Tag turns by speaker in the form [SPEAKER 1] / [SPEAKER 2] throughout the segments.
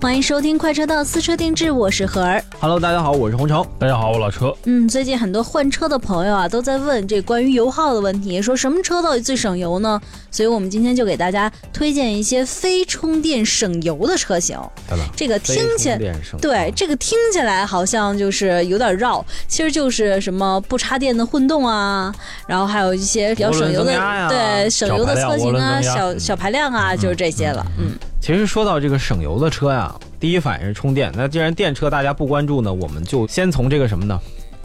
[SPEAKER 1] 欢迎收听快车道私车定制，我是何儿。
[SPEAKER 2] Hello，大家好，我是洪城。
[SPEAKER 3] 大家好，我老车。
[SPEAKER 1] 嗯，最近很多换车的朋友啊，都在问这关于油耗的问题，说什么车到底最省油呢？所以我们今天就给大家推荐一些非充电省油的车型。
[SPEAKER 4] 对了
[SPEAKER 1] 这个听起来，
[SPEAKER 4] 电省
[SPEAKER 1] 对，这个听起来好像就是有点绕，其实就是什么不插电的混动啊，然后还有一些比较省油
[SPEAKER 4] 涡轮
[SPEAKER 1] 的
[SPEAKER 4] 增压，呀
[SPEAKER 1] 对，省油的
[SPEAKER 3] 小
[SPEAKER 1] 车
[SPEAKER 3] 排量
[SPEAKER 1] 型啊，
[SPEAKER 3] 涡轮增压
[SPEAKER 1] 小小排量啊，就是这些了。嗯，
[SPEAKER 4] 其实说到这个省油的车呀，第一反应是充电。那既然电车大家不关注呢，我们就先从这个什么呢？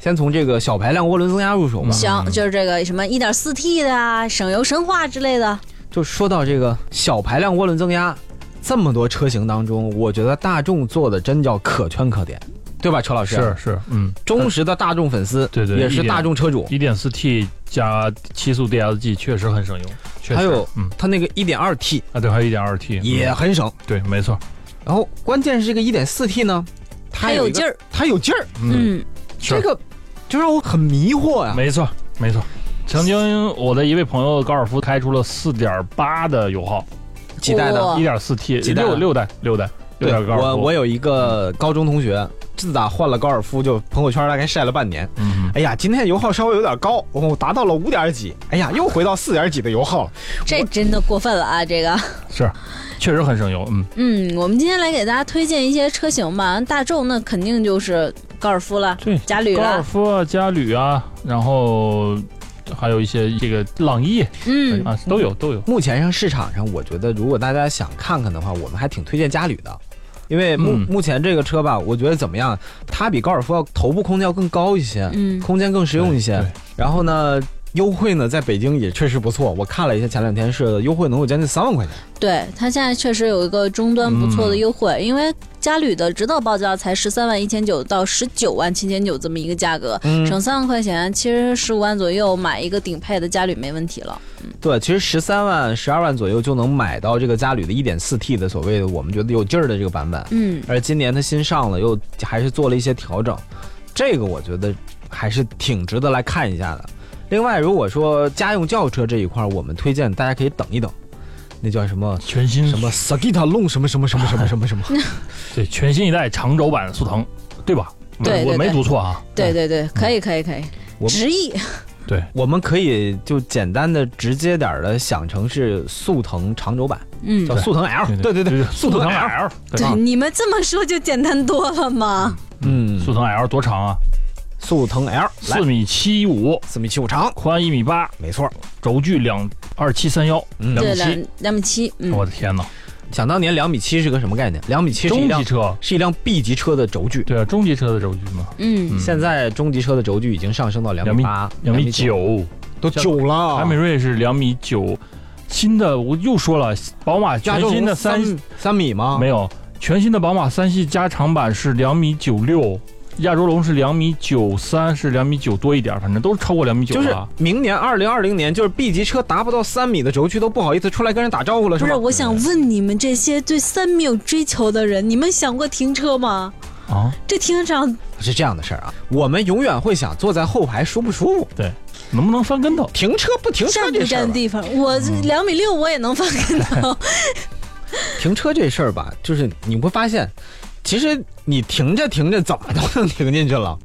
[SPEAKER 4] 先从这个小排量涡轮增压入手吧。
[SPEAKER 3] 嗯
[SPEAKER 1] 行，就是这个什么一点四 T 的啊，省油神话之类的。
[SPEAKER 4] 就说到这个小排量涡轮增压，这么多车型当中，我觉得大众做的真叫可圈可点，对吧，车老师？
[SPEAKER 3] 是，嗯，
[SPEAKER 4] 忠实的大众粉丝，
[SPEAKER 3] 对对
[SPEAKER 4] 也是
[SPEAKER 3] 一点
[SPEAKER 4] 大众车主。
[SPEAKER 3] 一点四 T 加七速 DSG 确实很省油，确实。
[SPEAKER 4] 还有
[SPEAKER 3] 嗯，
[SPEAKER 4] 它那个 1.2T
[SPEAKER 3] 啊对，还有一点二 T
[SPEAKER 4] 也很省，
[SPEAKER 3] 对，没错，
[SPEAKER 4] 然后关键是这个 1.4T 呢，它
[SPEAKER 1] 它有
[SPEAKER 4] 一个
[SPEAKER 1] 劲儿，
[SPEAKER 4] 它有劲儿，
[SPEAKER 3] 嗯，
[SPEAKER 1] 嗯，
[SPEAKER 3] 是
[SPEAKER 4] 这个就让我很迷惑呀、
[SPEAKER 3] 没错，没错。曾经我的一位朋友高尔夫开出了四点八的油耗，
[SPEAKER 4] 几代的
[SPEAKER 1] 哇
[SPEAKER 3] 一点四 T
[SPEAKER 4] 几代
[SPEAKER 3] 六
[SPEAKER 4] 了
[SPEAKER 3] 六代六代六
[SPEAKER 4] 对
[SPEAKER 3] 代高尔夫，嗯
[SPEAKER 4] 我我有一个高中同学，自打换了高尔夫，就朋友圈大概晒了半年。
[SPEAKER 3] 嗯，
[SPEAKER 4] 哎呀，今天油耗稍微有点高，我达到了五点几，哎呀，又回到四点几的油耗了。
[SPEAKER 1] 这真的过分了啊！这个，
[SPEAKER 3] 是，确实很省油，嗯，
[SPEAKER 1] 嗯，我们今天来给大家推荐一些车型吧。大众那肯定就是高尔夫了，
[SPEAKER 3] 对，
[SPEAKER 1] 嘉旅
[SPEAKER 3] 高尔
[SPEAKER 1] 了，
[SPEAKER 3] 夫啊，嘉旅啊，然后还有一些这个朗逸
[SPEAKER 1] 嗯，
[SPEAKER 3] 啊，都有都有。
[SPEAKER 4] 目前上市场上，我觉得如果大家想看看的话，我们还挺推荐嘉旅的，因为目、
[SPEAKER 3] 嗯
[SPEAKER 4] 目前这个车吧，我觉得怎么样，它比高尔夫要头部空间要更高一些，
[SPEAKER 1] 嗯
[SPEAKER 4] 空间更实用一些
[SPEAKER 3] 对对。
[SPEAKER 4] 然后呢，优惠呢在北京也确实不错，我看了一下，前两天是优惠能有将近三万块钱。
[SPEAKER 1] 对，它现在确实有一个终端不错的优惠，因为嘉旅的指导报价才十三万一千九到十九万七千九这么一个价格，
[SPEAKER 4] 嗯
[SPEAKER 1] 省三万块钱，其实十五万左右买一个顶配的嘉旅没问题了。
[SPEAKER 4] 对，其实十三万、十二万左右就能买到这个嘉旅的1 4 T 的所谓的我们觉得有劲儿的这个版本，
[SPEAKER 1] 嗯，
[SPEAKER 4] 而今年它新上了，又还是做了一些调整，这个我觉得还是挺值得来看一下的。另外，如果说家用轿车这一块儿，我们推荐大家可以等一等，那叫什么
[SPEAKER 3] 全新
[SPEAKER 4] 什么 Sagita 弄什么什么什么什么什么什么，
[SPEAKER 3] 对全新一代长轴版速腾，对吧？
[SPEAKER 1] 对
[SPEAKER 3] 我
[SPEAKER 1] 对
[SPEAKER 3] 没
[SPEAKER 1] 对
[SPEAKER 3] 读错啊。
[SPEAKER 1] 对对对，可以可以可以，
[SPEAKER 4] 我
[SPEAKER 1] 直译，
[SPEAKER 3] 对，
[SPEAKER 4] 我们可以就简单的、直接点儿的想成是速腾长轴版，
[SPEAKER 1] 嗯
[SPEAKER 4] 叫，速腾 L，对对对，
[SPEAKER 3] 速
[SPEAKER 4] 腾
[SPEAKER 3] 腾
[SPEAKER 4] L，
[SPEAKER 3] L，对
[SPEAKER 1] 对，你们这么说就简单多了嘛。
[SPEAKER 4] 嗯，
[SPEAKER 3] 速腾 L 多长啊？
[SPEAKER 4] 速腾 L，来
[SPEAKER 3] 四米七五，
[SPEAKER 4] 四米七五长，
[SPEAKER 3] 宽一米八，
[SPEAKER 4] 没错。
[SPEAKER 3] 轴距两二七三幺，
[SPEAKER 4] 嗯
[SPEAKER 3] 两
[SPEAKER 1] 对，
[SPEAKER 3] 米
[SPEAKER 1] 两
[SPEAKER 3] 七。
[SPEAKER 1] 两米七，嗯，
[SPEAKER 4] 哦
[SPEAKER 3] 我的天哪，
[SPEAKER 4] 想当年两米七是个什么概念？两米七是一
[SPEAKER 3] 中
[SPEAKER 4] 辆
[SPEAKER 3] 级车，
[SPEAKER 4] 是一辆 B 级车的轴距，
[SPEAKER 3] 对啊，中级车的轴距嘛，
[SPEAKER 1] 嗯，
[SPEAKER 3] 嗯
[SPEAKER 4] 现在中级车的轴距已经上升到两米哦八、
[SPEAKER 3] 两米，九。
[SPEAKER 4] 都九了。
[SPEAKER 3] 凯美瑞是两米九，新的我又说了，宝马
[SPEAKER 4] 加
[SPEAKER 3] 全
[SPEAKER 4] 州
[SPEAKER 3] 新的
[SPEAKER 4] 三
[SPEAKER 3] 三
[SPEAKER 4] 三米啊吗？
[SPEAKER 3] 没有，全新的宝马三系加长版是两米九六。亚洲龙是两米九三，是两米九多一点，反正都是超过两米九
[SPEAKER 4] 就是
[SPEAKER 3] 了。啊
[SPEAKER 4] 明年二零二零年，就是 B 级车达不到三米的轴距都不好意思出来跟人打招呼了，
[SPEAKER 1] 不
[SPEAKER 4] 是
[SPEAKER 1] 是，
[SPEAKER 4] 吧？嗯
[SPEAKER 1] 我想问你们这些对三米有追求的人，你们想过停车吗？
[SPEAKER 3] 啊，
[SPEAKER 1] 这停车场，
[SPEAKER 4] 是这样的事儿啊，我们永远会想坐在后排舒不舒服，
[SPEAKER 3] 能不能翻跟头？
[SPEAKER 4] 停车不停车
[SPEAKER 1] 占不
[SPEAKER 4] 这事儿
[SPEAKER 1] 占
[SPEAKER 4] 吧，嗯
[SPEAKER 1] 地方？我这两米六我也能翻跟头。
[SPEAKER 4] 停车这事儿吧，就是你会发现，其实你停着停着怎么都能停进去了，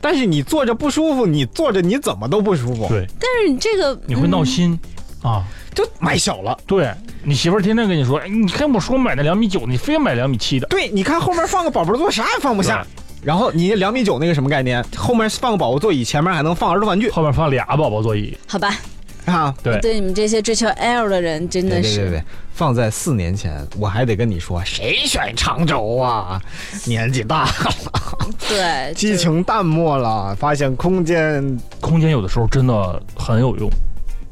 [SPEAKER 4] 但是你坐着不舒服，你坐着你怎么都不舒服，
[SPEAKER 3] 对，
[SPEAKER 1] 但是你这个
[SPEAKER 3] 你会闹
[SPEAKER 1] 嗯
[SPEAKER 3] 心、啊。
[SPEAKER 4] 就买小了。
[SPEAKER 3] 对你媳妇儿天天跟你说，哎，你看我说买的两米九，你非要买两米七的，
[SPEAKER 4] 对，你看后面放个宝宝座，啥也放不下。然后你两米九那个什么概念？后面放个宝宝座椅，前面还能放儿童玩具
[SPEAKER 3] 后面放俩宝宝座椅，
[SPEAKER 1] 好吧？
[SPEAKER 4] 啊！
[SPEAKER 3] 对
[SPEAKER 1] 对你们这些追求 L 的人，真
[SPEAKER 4] 对
[SPEAKER 1] 的
[SPEAKER 4] 对对
[SPEAKER 1] 是
[SPEAKER 4] 对，放在四年前，我还得跟你说，谁选长轴啊？年纪大了，
[SPEAKER 1] 对
[SPEAKER 4] 激
[SPEAKER 1] 就是
[SPEAKER 4] 情淡漠了，发现空间，
[SPEAKER 3] 空间有的时候真的很有用，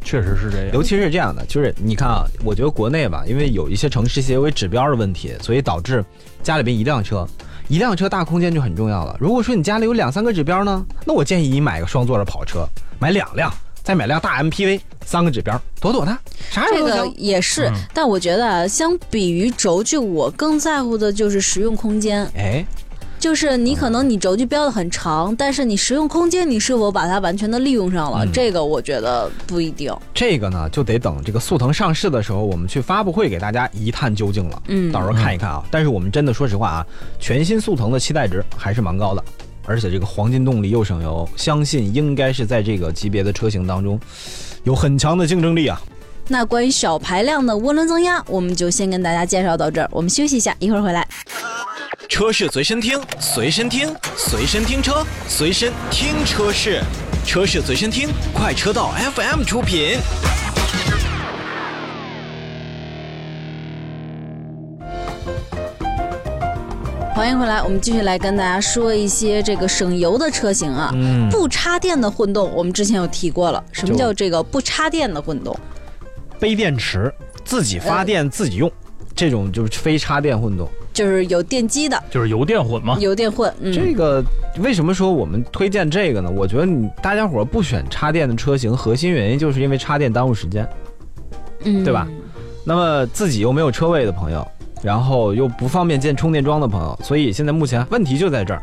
[SPEAKER 3] 确实是这样。
[SPEAKER 4] 尤其是这样的，就是你看啊，我觉得国内吧，因为有一些城市些微指标的问题，所以导致家里边一辆车，一辆车大空间就很重要了。如果说你家里有两三个指标呢，那我建议你买个双座的跑车，买两辆，再买辆大 MPV，三个指标，躲躲它，啥时
[SPEAKER 1] 这
[SPEAKER 4] 候都嗯
[SPEAKER 1] 个
[SPEAKER 4] 行。
[SPEAKER 1] 也是，但我觉得啊，相比于轴距，我更在乎的就是实用空间。
[SPEAKER 4] 哎，
[SPEAKER 1] 就是你可能你轴距标的很长，但是你实用空间你是否把它完全的利用上
[SPEAKER 4] 嗯
[SPEAKER 1] 了，这个我觉得不一定。
[SPEAKER 4] 这个呢，就得等这个速腾上市的时候，我们去发布会给大家一探究竟了。
[SPEAKER 1] 嗯
[SPEAKER 4] 到时候看一看啊。但是我们真的说实话啊，全新速腾的期待值还是蛮高的，而且这个黄金动力又省油，相信应该是在这个级别的车型当中有很强的竞争力啊。
[SPEAKER 1] 那关于小排量的涡轮增压，我们就先跟大家介绍到这儿，我们休息一下，一会儿回来。
[SPEAKER 2] 车是随身听，随身听，随身听车，随身听车是，车是随身听，快车道 FM 出品。
[SPEAKER 1] 欢迎回来，我们继续来跟大家说一些这个省油的车型啊。
[SPEAKER 4] 嗯
[SPEAKER 1] 不插电的混动，我们之前有提过了。什么
[SPEAKER 4] 就
[SPEAKER 1] 叫这个不插电的混动？
[SPEAKER 4] 背电池，自己发
[SPEAKER 1] 哎
[SPEAKER 4] 电自己用，这种就是非插电混动。
[SPEAKER 1] 就是有电机的，
[SPEAKER 3] 就是油电混嘛。
[SPEAKER 1] 有电混。嗯，
[SPEAKER 4] 这个为什么说我们推荐这个呢？我觉得你大家伙儿不选插电的车型，核心原因就是因为插电耽误时间。
[SPEAKER 1] 嗯
[SPEAKER 4] 对吧？那么自己又没有车位的朋友，然后又不方便建充电桩的朋友，所以现在目前问题就在这儿，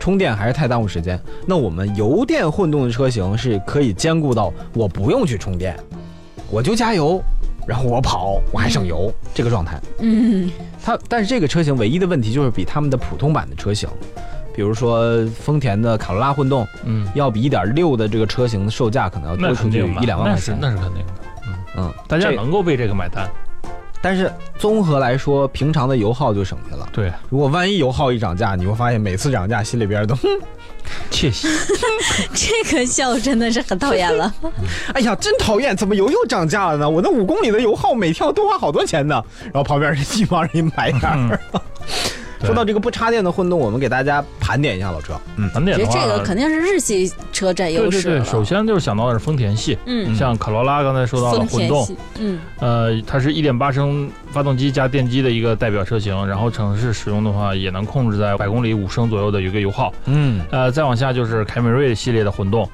[SPEAKER 4] 充电还是太耽误时间。那我们油电混动的车型是可以兼顾到，我不用去充电，我就加油，然后我跑，我还省油、这个状态。
[SPEAKER 1] 嗯，
[SPEAKER 4] 它但是这个车型唯一的问题就是比他们的普通版的车型，比如说丰田的卡罗拉混动，
[SPEAKER 3] 嗯，
[SPEAKER 4] 要比1.6的这个车型的售价可能要
[SPEAKER 3] 那
[SPEAKER 4] 多出
[SPEAKER 3] 肯
[SPEAKER 4] 去
[SPEAKER 3] 定吧
[SPEAKER 4] 一两万
[SPEAKER 3] 那
[SPEAKER 4] 块
[SPEAKER 3] 是
[SPEAKER 4] 钱。
[SPEAKER 3] 那是肯定的。
[SPEAKER 4] 嗯，
[SPEAKER 3] 大家
[SPEAKER 4] 这
[SPEAKER 3] 能够为这个买单，
[SPEAKER 4] 但是综合来说，平常的油耗就省去了。
[SPEAKER 3] 对，
[SPEAKER 4] 如果万一油耗一涨价，你会发现每次涨价心里边都，
[SPEAKER 3] 窃喜。
[SPEAKER 1] 这个笑真的是很讨厌 了。
[SPEAKER 4] 哎呀，真讨厌，怎么油又涨价了呢？我那五公里的油耗每跳多花好多钱呢。然后旁边人一帮人一买点
[SPEAKER 3] 嗯
[SPEAKER 4] 儿。说到这个不插电的混动，我们给大家盘点一下老车。嗯，
[SPEAKER 3] 咱们
[SPEAKER 1] 觉
[SPEAKER 3] 点
[SPEAKER 1] 得
[SPEAKER 3] 的话，
[SPEAKER 1] 这个肯定是日系车占
[SPEAKER 3] 对
[SPEAKER 1] 优
[SPEAKER 3] 对
[SPEAKER 1] 势
[SPEAKER 3] 对，
[SPEAKER 1] 了。
[SPEAKER 3] 首先就是想到的是丰田系，
[SPEAKER 1] 嗯，
[SPEAKER 3] 像卡罗拉刚才说到的
[SPEAKER 1] 丰
[SPEAKER 3] 混
[SPEAKER 1] 田
[SPEAKER 3] 动，
[SPEAKER 1] 系，嗯
[SPEAKER 3] 呃，它是一点八升发动机加电机的一个代表车型，然后城市使用的话，也能控制在百公里五升左右的一个油耗。
[SPEAKER 4] 嗯，
[SPEAKER 3] 呃，再往下就是凯美瑞系列的混动，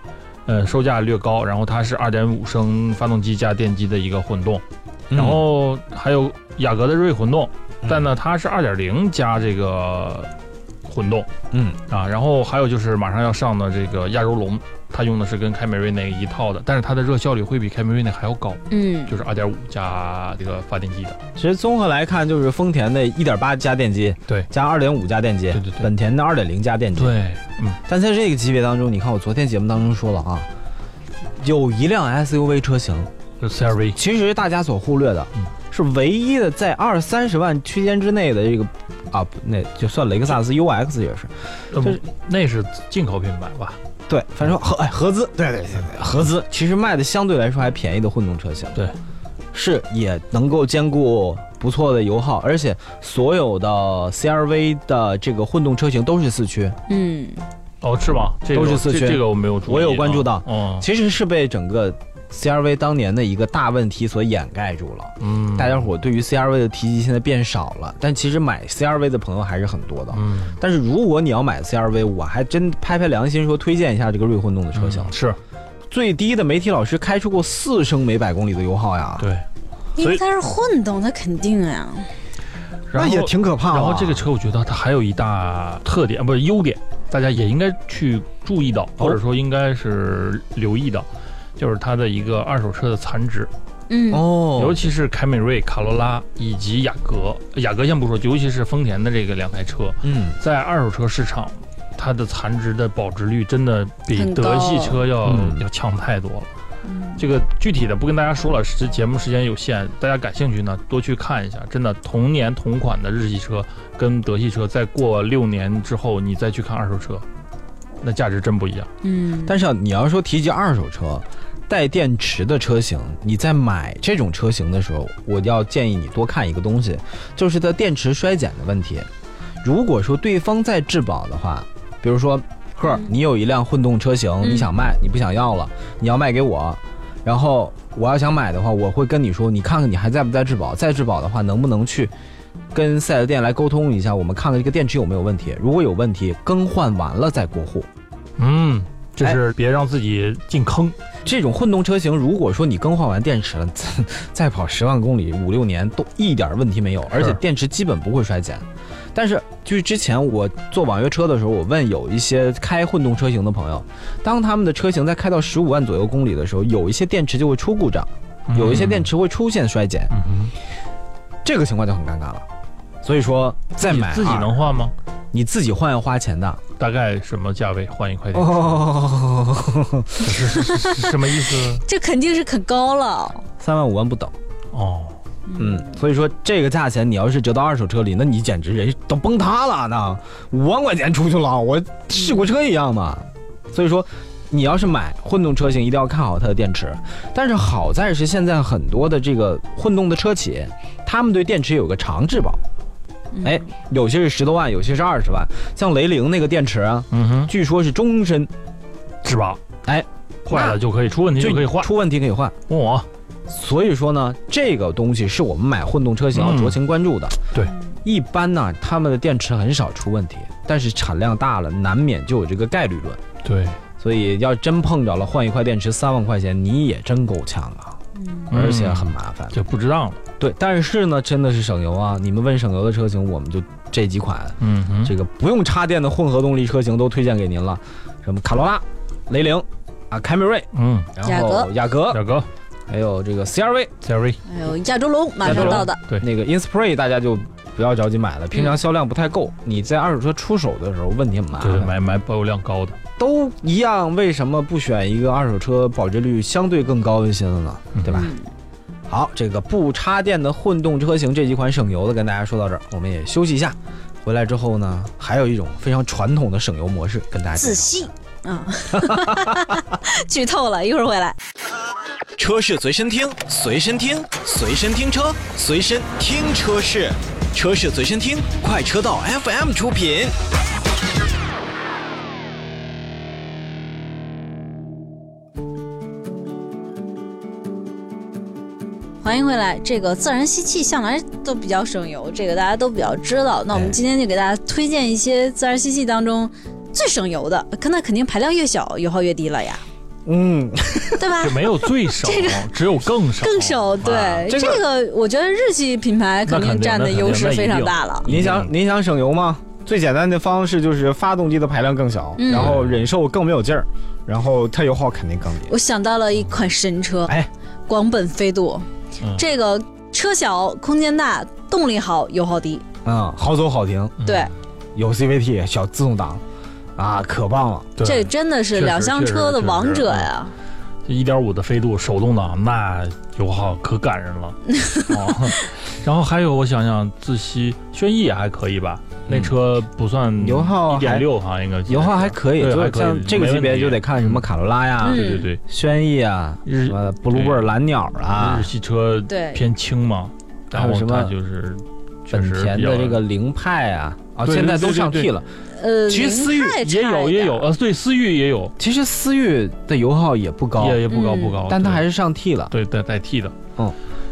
[SPEAKER 3] 呃，售价略高，然后它是二点五升发动机加电机的一个混动，
[SPEAKER 4] 嗯
[SPEAKER 3] 然后还有雅阁的锐混动，但呢，它是二点零加这个混动
[SPEAKER 4] 嗯，
[SPEAKER 3] 啊，然后还有就是马上要上的这个亚洲龙，它用的是跟凯美瑞那一套的，但是它的热效率会比凯美瑞那还要高。
[SPEAKER 1] 嗯，
[SPEAKER 3] 就是二点五加这个发电机的，
[SPEAKER 4] 其实综合来看，就是丰田的1.8加电机，
[SPEAKER 3] 对
[SPEAKER 4] 加2.5加电机，
[SPEAKER 3] 对对对
[SPEAKER 4] 本田的2.0加电机，
[SPEAKER 3] 对，嗯，
[SPEAKER 4] 但在这个级别当中，你看我昨天节目当中说了啊，有一辆 SUV 车型，
[SPEAKER 3] 就 CRV，
[SPEAKER 4] 其实大家所忽略的
[SPEAKER 3] 嗯，
[SPEAKER 4] 是唯一的在二三十万区间之内的这个啊，不那就算雷克萨斯 UX 也是
[SPEAKER 3] 就是呃那是进口品牌吧？
[SPEAKER 4] 对，反正合哎合资，对对对对，合资其实卖的相对来说还便宜的混动车型，
[SPEAKER 3] 对，
[SPEAKER 4] 是也能够兼顾不错的油耗，而且所有的 CRV 的这个混动车型都是四驱，
[SPEAKER 1] 嗯，
[SPEAKER 3] 哦，是吗？这个
[SPEAKER 4] 都是四驱
[SPEAKER 3] 这这个我没有注意啊，
[SPEAKER 4] 我有关注到
[SPEAKER 3] 哦，
[SPEAKER 4] 其实是被整个 CRV 当年的一个大问题所掩盖住了。
[SPEAKER 3] 嗯，
[SPEAKER 4] 大家伙对于 CRV 的提及现在变少了，但其实买 CRV 的朋友还是很多的。
[SPEAKER 3] 嗯，
[SPEAKER 4] 但是如果你要买 CRV，我还真拍拍良心说推荐一下这个锐混动的车型，啊
[SPEAKER 3] 嗯是
[SPEAKER 4] 最低的媒体老师开出过四升每百公里的油耗呀，
[SPEAKER 3] 对，
[SPEAKER 1] 因
[SPEAKER 3] 所
[SPEAKER 1] 为
[SPEAKER 3] 以
[SPEAKER 1] 它是混动，它肯定啊呀。
[SPEAKER 4] 那
[SPEAKER 3] 然后
[SPEAKER 4] 也挺啊可怕的。
[SPEAKER 3] 然后这个车我觉得它还有一大特点，不是优点，大家也应该去注意到，
[SPEAKER 4] 哦
[SPEAKER 3] 或者说应该是留意到。就是它的一个二手车的残值，
[SPEAKER 1] 嗯，
[SPEAKER 4] 哦
[SPEAKER 3] 尤，其是凯美瑞、卡罗拉以及雅阁，雅阁先不说，尤其是丰田的这个两台车，
[SPEAKER 4] 嗯，
[SPEAKER 3] 在二手车市场，它的残值的保值率真的比
[SPEAKER 1] 很高
[SPEAKER 3] 德系车要、
[SPEAKER 4] 嗯
[SPEAKER 3] 要强太多了。这个具体的不跟大家说了，时节目时间有限，大家感兴趣呢多去看一下。真的，同年同款的日系车跟德系车，再过六年之后，你再去看二手车，那价值真不一样。
[SPEAKER 1] 嗯，
[SPEAKER 4] 但是啊你要说提及二手车。带电池的车型，你在买这种车型的时候，我要建议你多看一个东西，就是它电池衰减的问题。如果说对方在质保的话，比如说，赫儿
[SPEAKER 1] 嗯，
[SPEAKER 4] 你有一辆混动车型，
[SPEAKER 1] 嗯
[SPEAKER 4] 你想卖，你不想要了，你要卖给我，然后我要想买的话，我会跟你说，你看看你还在不在质保，在质保的话，能不能去跟四 S 店来沟通一下，我们看看这个电池有没有问题，如果有问题，更换完了再过户。
[SPEAKER 3] 嗯，
[SPEAKER 4] 哎
[SPEAKER 3] 就是别让自己进坑。
[SPEAKER 4] 这种混动车型，如果说你更换完电池了， 再再跑十万公里、五六年都一点问题没有，而且电池基本不会衰减。但是就是之前我做网约车的时候，我问有一些开混动车型的朋友，当他们的车型在开到十五万左右公里的时候，有一些电池就会出故障，
[SPEAKER 3] 嗯
[SPEAKER 4] 有一些电
[SPEAKER 3] 池，
[SPEAKER 4] 池会出现衰减，
[SPEAKER 3] 嗯哼
[SPEAKER 4] 这个情况就很尴尬了。所以说，再买啊
[SPEAKER 3] 自己
[SPEAKER 4] 二
[SPEAKER 3] 能换吗？
[SPEAKER 4] 你自己换要花钱的。
[SPEAKER 3] 大概什么价位换一块电池？
[SPEAKER 4] 哦，
[SPEAKER 3] 是是是是 什么意思？
[SPEAKER 1] 这肯定是可高了。
[SPEAKER 4] 三万五万不等。
[SPEAKER 3] 哦，
[SPEAKER 4] 嗯，所以说这个价钱，你要是折到二手车里，那你简直人都崩塌了呢，五万块钱出去了，我事故车一样嘛。所以说，你要是买混动车型，一定要看好它的电池。但是好在是现在很多的这个混动的车企，他们对电池有个长质保，
[SPEAKER 1] 嗯
[SPEAKER 4] 哎，有些是十多万，有些是二十万。像雷凌那个电池啊，
[SPEAKER 3] 嗯哼，
[SPEAKER 4] 据说是终身，
[SPEAKER 3] 是吧？
[SPEAKER 4] 哎，
[SPEAKER 3] 坏了就可以，出问题就可以换。
[SPEAKER 4] 出问题可以换。
[SPEAKER 3] 问我
[SPEAKER 4] 所以说呢，这个东西是我们买混动车型要
[SPEAKER 3] 嗯
[SPEAKER 4] 酌情关注的。
[SPEAKER 3] 对，
[SPEAKER 4] 一般呢，他们的电池很少出问题，但是产量大了，难免就有这个概率论。
[SPEAKER 3] 对，
[SPEAKER 4] 所以要真碰着了，换一块电池三万块钱，你也真够呛啊，
[SPEAKER 1] 嗯
[SPEAKER 3] 嗯
[SPEAKER 4] 而且很麻烦。
[SPEAKER 3] 就不值当了。
[SPEAKER 4] 对，但是呢，真的是省油啊！你们问省油的车型，我们就这几款，
[SPEAKER 3] 嗯哼，
[SPEAKER 4] 这个不用插电的混合动力车型都推荐给您了，什么卡罗拉、雷凌啊、凯美瑞，
[SPEAKER 3] 嗯，
[SPEAKER 4] 然后雅阁，
[SPEAKER 3] 小哥
[SPEAKER 4] 还有这个 CRV。
[SPEAKER 3] Jerry，
[SPEAKER 1] 哎呦，亚洲龙马上到的，
[SPEAKER 3] 对，
[SPEAKER 4] 那个 Inspire 大家就不要着急买了，平常销量不太够，你在二手车出手的时候问题很麻
[SPEAKER 3] 对，
[SPEAKER 4] 烦。
[SPEAKER 3] 买买保有量高的。
[SPEAKER 4] 都一样，为什么不选一个二手车保值率相对更高一些的呢？对吧？
[SPEAKER 1] 嗯
[SPEAKER 4] 好，这个不插电的混动车型这几款省油的跟大家说到这儿，我们也休息一下。回来之后呢，还有一种非常传统的省油模式跟大家介绍
[SPEAKER 1] 仔细啊， 剧透了，一会儿回来。
[SPEAKER 2] 车是随身听，随身听，随身听车，随身听车是，车是随身听，快车道 FM 出品。
[SPEAKER 1] 欢迎回来，这个自然吸气向来都比较省油，这个大家都比较知道。那我
[SPEAKER 4] 哎
[SPEAKER 1] 们今天就给大家推荐一些自然吸气当中最省油的，可那肯定排量越小，油耗越低了 呀，
[SPEAKER 4] 嗯，
[SPEAKER 1] 对吧
[SPEAKER 3] 就？没有最少，
[SPEAKER 1] 这个
[SPEAKER 3] 只有更少，
[SPEAKER 1] 更省，
[SPEAKER 3] 啊
[SPEAKER 1] 对
[SPEAKER 4] 这个
[SPEAKER 1] 我觉得日系品牌肯
[SPEAKER 3] 那肯
[SPEAKER 1] 定
[SPEAKER 3] 定
[SPEAKER 1] 占的优势非常大了。
[SPEAKER 3] 嗯
[SPEAKER 4] 您想您想省油吗？最简单的方式就是发动机的排量更小，
[SPEAKER 1] 嗯
[SPEAKER 4] 然后忍受更没有劲儿，然后它油耗肯定更低。
[SPEAKER 1] 我想到了一款神车，
[SPEAKER 4] 哎，
[SPEAKER 1] 广本飞度，
[SPEAKER 3] 嗯
[SPEAKER 1] 这个车小，空间大，动力好，油耗低，
[SPEAKER 4] 嗯，好走好停，
[SPEAKER 3] 嗯
[SPEAKER 1] 对，
[SPEAKER 4] 有 CVT 小自动挡，啊，可棒了！
[SPEAKER 3] 对
[SPEAKER 1] 这真的是
[SPEAKER 3] 确实
[SPEAKER 1] 两厢车的王者呀！
[SPEAKER 3] 一点五的飞度手动挡，那油耗可感人了。哦，然后还有我想想，自吸轩逸也还可以吧，那车不算
[SPEAKER 4] 油耗
[SPEAKER 3] 嗯一点
[SPEAKER 4] 还
[SPEAKER 3] 六，好像应该
[SPEAKER 4] 油耗还可以，
[SPEAKER 3] 对
[SPEAKER 4] 就
[SPEAKER 3] 还
[SPEAKER 4] 是
[SPEAKER 3] 可以
[SPEAKER 4] 像这个级别就得看什么卡罗拉呀、
[SPEAKER 1] 嗯
[SPEAKER 3] 对对对，
[SPEAKER 4] 轩逸啊、
[SPEAKER 3] 日
[SPEAKER 4] 什么 Bluebird 蓝鸟啊
[SPEAKER 3] 日、系车
[SPEAKER 1] 对
[SPEAKER 3] 嗯偏轻嘛，然
[SPEAKER 4] 还有
[SPEAKER 3] 后
[SPEAKER 4] 什
[SPEAKER 3] 它
[SPEAKER 4] 么
[SPEAKER 3] 就是确
[SPEAKER 4] 本
[SPEAKER 3] 实
[SPEAKER 4] 田
[SPEAKER 3] 比较
[SPEAKER 4] 的这个凌派啊，啊，
[SPEAKER 3] 对
[SPEAKER 4] 现在都
[SPEAKER 3] 对对
[SPEAKER 4] 上
[SPEAKER 3] 对
[SPEAKER 4] T 了。
[SPEAKER 1] 呃，
[SPEAKER 4] 其实思域
[SPEAKER 1] 凌派
[SPEAKER 3] 也
[SPEAKER 1] 差
[SPEAKER 3] 有
[SPEAKER 1] 一
[SPEAKER 3] 也
[SPEAKER 1] 点
[SPEAKER 3] 有，呃，对，思域也有，
[SPEAKER 4] 其实思域的油耗也不高，
[SPEAKER 3] 也也不高
[SPEAKER 1] 嗯
[SPEAKER 3] 不高，
[SPEAKER 4] 但它
[SPEAKER 3] 对
[SPEAKER 4] 还是上 T 了。
[SPEAKER 3] 对代代替的，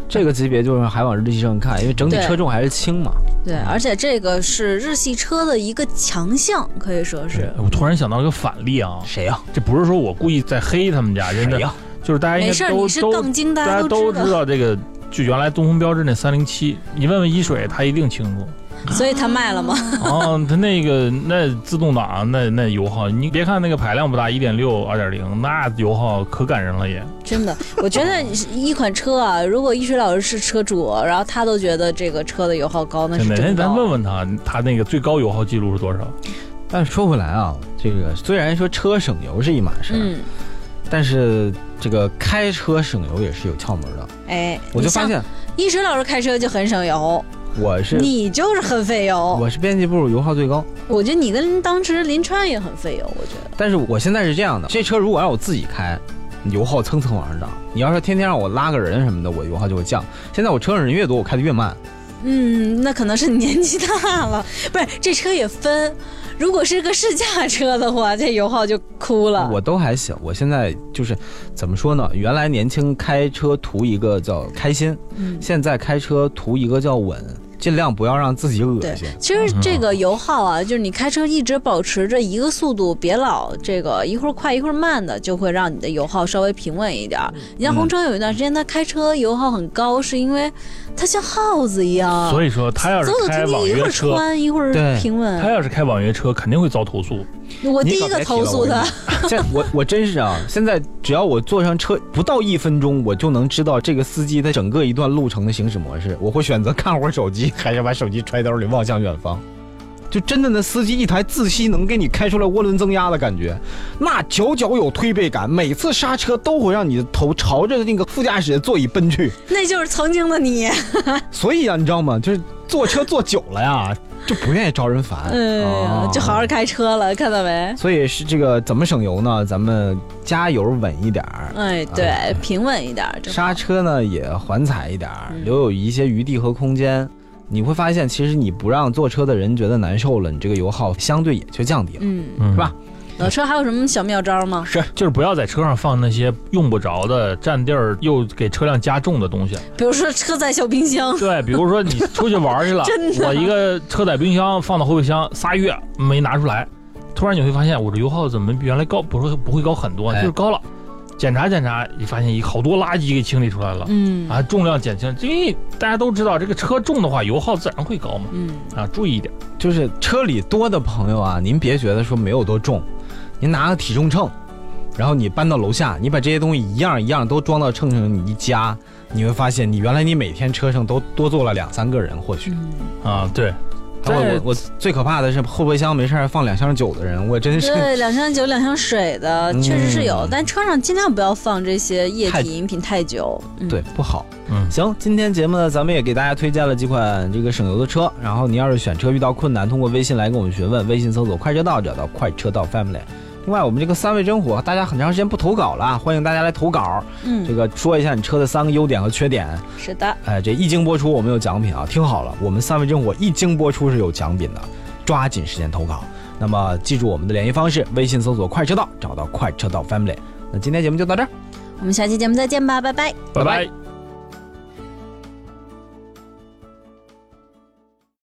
[SPEAKER 4] 这个级别就是还往日系上看，因为整体
[SPEAKER 1] 对
[SPEAKER 4] 车重还是轻嘛。
[SPEAKER 1] 对，而且这个是日系车的一个强项，可以说是
[SPEAKER 3] 哎。我突然想到一个反例啊，
[SPEAKER 4] 谁呀？
[SPEAKER 3] 这不是说我故意在黑他们家，真
[SPEAKER 4] 谁
[SPEAKER 3] 的
[SPEAKER 4] 呀？
[SPEAKER 3] 就是大家应
[SPEAKER 1] 没事
[SPEAKER 3] 该
[SPEAKER 1] 儿，
[SPEAKER 3] 都
[SPEAKER 1] 你是
[SPEAKER 3] 都
[SPEAKER 1] 杠精，大
[SPEAKER 3] 大
[SPEAKER 1] 家
[SPEAKER 3] 家都
[SPEAKER 1] 都
[SPEAKER 3] 知
[SPEAKER 1] 道，
[SPEAKER 3] 道这个，就原来东风标致那三零七，你问问一水，他一定清 楚。
[SPEAKER 1] 所以他卖了吗？
[SPEAKER 3] 哦，他那个那自动挡啊那那油耗，你别看那个排量不大，一点六、二点零，那油耗可感人了也。
[SPEAKER 1] 真的，我觉得一款车啊，如果一水老师是车主，然后他都觉得这个车的油耗高，那是
[SPEAKER 3] 真的，那
[SPEAKER 1] 真高。
[SPEAKER 3] 咱问问他，他那个最高油耗记录是多少？
[SPEAKER 4] 但是说回来啊，这个虽然说车省油是一码事儿，
[SPEAKER 1] 嗯，
[SPEAKER 4] 但是这个开车省油也是有窍门的。
[SPEAKER 1] 哎，
[SPEAKER 4] 我就发
[SPEAKER 1] 你
[SPEAKER 4] 现
[SPEAKER 1] 像一水老师开车就很省油，
[SPEAKER 4] 我是
[SPEAKER 1] 你就是很费油。
[SPEAKER 4] 我是编辑部油耗最高，
[SPEAKER 1] 我觉得你跟当时林川也很费油，我觉得。
[SPEAKER 4] 但是我现在是这样的，这车如果让我自己开，油耗蹭蹭往上涨。你要是天天让我拉个人什么的，我油耗就会降。现在我车上人越多，我开的越慢。
[SPEAKER 1] 嗯，那可能是你年纪大了， 不是这车也分。如果是个试驾车的话，这油耗就哭了。
[SPEAKER 4] 我都还行，我现在就是怎么说呢？原来年轻开车图一个叫开心，
[SPEAKER 1] 嗯，
[SPEAKER 4] 现在开车图一个叫稳，尽量不要让自己恶
[SPEAKER 1] 对
[SPEAKER 4] 心。，
[SPEAKER 1] 其实这个油耗啊，就是你开车一直保持着一个速度，别老这个一会儿快一会儿慢的，就会让你
[SPEAKER 4] 嗯
[SPEAKER 1] 的油耗稍微平稳一点儿。你像红城有一段时间他开车油耗很高，是因为它像耗子一样，
[SPEAKER 4] 嗯
[SPEAKER 3] 所以说他要是
[SPEAKER 1] 走走
[SPEAKER 3] 开
[SPEAKER 1] 停
[SPEAKER 3] 网
[SPEAKER 1] 停，一会
[SPEAKER 3] 约
[SPEAKER 1] 儿
[SPEAKER 3] 车，
[SPEAKER 1] 穿一会儿
[SPEAKER 4] 对
[SPEAKER 1] 平
[SPEAKER 3] 他
[SPEAKER 1] 稳。
[SPEAKER 3] 要是开网约车肯定会遭投诉。
[SPEAKER 1] 我第一个
[SPEAKER 4] 你可别提了
[SPEAKER 1] 投诉他，
[SPEAKER 4] 这我我真是啊！现在只要我坐上车不到一分钟，我就能知道这个司机他整个一段路程的行驶模式。我会选择看会儿手机，还是把手机揣兜里望向远方。就真的那司机一台自吸能给你开出来涡轮增压的感觉，那久久有推背感，每次刹车都会让你的头朝着那个副驾驶座椅奔去。
[SPEAKER 1] 那就是曾经 的你。
[SPEAKER 4] 所以啊，你知道吗？就是坐车坐久了 呀，就不愿意招人烦。
[SPEAKER 1] 哎呀
[SPEAKER 4] 啊，
[SPEAKER 1] 就好好开车了，看到没？
[SPEAKER 4] 所以是这个怎么省油呢？咱们加油稳一点儿，
[SPEAKER 1] 哎，对，平稳一点儿，真好
[SPEAKER 4] 刹车呢也缓踩一点儿，
[SPEAKER 1] 嗯
[SPEAKER 4] 留有一些余地和空间。你会发现，其实你不让坐车的人觉得难受了，你这个油耗相对也就降低了。
[SPEAKER 1] 嗯，
[SPEAKER 3] 嗯
[SPEAKER 4] 是吧？
[SPEAKER 1] 老车还有什么小妙招吗？
[SPEAKER 3] 是，就是不要在车上放那些用不着的、占地儿又给车辆加重的东西。
[SPEAKER 1] 比如说车载小冰 箱，
[SPEAKER 3] 对，比如说你出去玩儿去了
[SPEAKER 1] 真，的
[SPEAKER 3] 我一个车载冰箱放到后备箱仨月没拿出来，突然你会发现我这油耗怎么比原来高？不是不会高很多，
[SPEAKER 4] 哎
[SPEAKER 3] 就是高了。检查检查，你发现一好多垃圾给清理出来了。
[SPEAKER 1] 嗯
[SPEAKER 3] 啊，重量减轻，因为大家都知道，这个车重的话，油耗自然会高嘛。
[SPEAKER 1] 嗯，
[SPEAKER 3] 啊，注意一点，
[SPEAKER 4] 就是车里多的朋友啊，您别觉得说没有多重，您拿个体重秤，然后你搬到楼下，你把这些东西一样一样都装到秤上，你一加，你会发现你原来你每天车上都多坐了两三个人，或许。
[SPEAKER 3] 啊，对，
[SPEAKER 4] 我
[SPEAKER 3] 在
[SPEAKER 4] 我我最可怕的是后备箱没事儿放两箱酒的人，我真是
[SPEAKER 1] 嗯 对，两箱酒、两箱水的，确实是有，
[SPEAKER 4] 嗯
[SPEAKER 1] 但车上尽量不要放这些液
[SPEAKER 4] 太
[SPEAKER 1] 体饮品太久。嗯
[SPEAKER 4] 对，不好。
[SPEAKER 3] 嗯
[SPEAKER 4] 行，今天节目呢，咱们也给大家推荐了几款这个省油的车。然后您要是选车遇到困难，通过微信来跟我们询问，微信搜索“快车道”找到“快车道 Family”。另外，我们这个三味真火，大家很长时间不投稿了，欢迎大家来投稿。这
[SPEAKER 1] 嗯，
[SPEAKER 4] 个说一下你车的三个优点和缺点。
[SPEAKER 1] 是的，
[SPEAKER 4] 哎，这一经播出我们有奖品啊！听好了，我们三味真火一经播出是有奖品的，抓紧时间投稿。那么记住我们的联系方式，微信搜索“快车道”，找到“快车道 Family”。那今天节目就到这儿。
[SPEAKER 1] 我们下期节目再见吧，拜拜。
[SPEAKER 3] 拜
[SPEAKER 4] 拜
[SPEAKER 3] 拜
[SPEAKER 4] 拜。